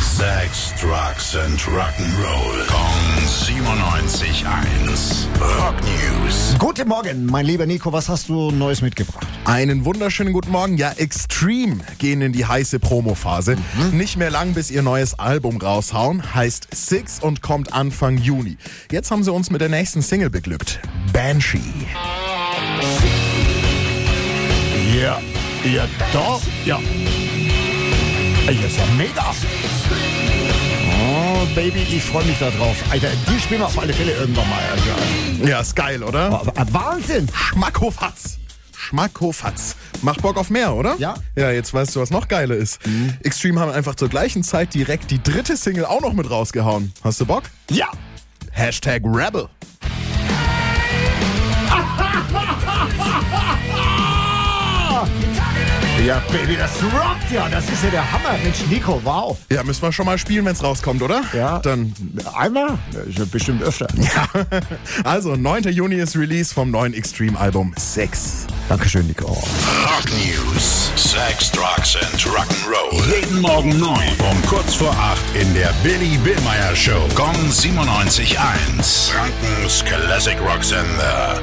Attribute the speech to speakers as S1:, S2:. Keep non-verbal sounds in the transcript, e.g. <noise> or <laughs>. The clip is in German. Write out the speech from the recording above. S1: Sex, Drugs and Rock'n'Roll. Kong 97.1. Rock News.
S2: Guten Morgen, mein lieber Nico, was hast du Neues mitgebracht?
S3: Einen wunderschönen guten Morgen. Ja, Extreme gehen in die heiße Promo-Phase.
S2: Mhm.
S3: Nicht mehr lang, bis ihr neues Album raushauen. Heißt Six und kommt Anfang Juni. Jetzt haben sie uns mit der nächsten Single beglückt. Banshee.
S2: Ja, ja, doch, ja. Ey, das ist ja mega. Oh, Baby, ich freue mich da drauf. Alter, die spielen wir auf alle Fälle irgendwann mal. Also,
S3: Ja, ist geil, oder?
S2: aber- aber Wahnsinn.
S3: Schmackhofatz. Schmackhofatz. Macht Bock auf mehr, oder?
S2: Ja. Mhm.
S3: Ja, jetzt weißt du, was noch geiler ist. Extreme haben einfach zur gleichen Zeit direkt die dritte Single auch noch mit rausgehauen. Hast du Bock?
S2: Ja.
S3: Hashtag Rebel.
S2: Ja, Baby, das rockt ja. Das ist ja der Hammer. Mensch, Nico, wow.
S3: Ja, müssen wir schon mal spielen, wenn's rauskommt, oder?
S2: Ja.
S3: Dann
S2: Einmal? Ja, Bestimmt öfter.
S3: <laughs> Also, 9. Juni ist Release vom neuen Extreme-Album 6.
S2: <laughs> Dankeschön, Nico.
S1: Rock News. Sex, Drugs and Rock'n'Roll. Jeden Morgen 9 um kurz vor 8 in der Billy Billmeyer Show. Kong 97.1. Frankens Classic Rock Sender.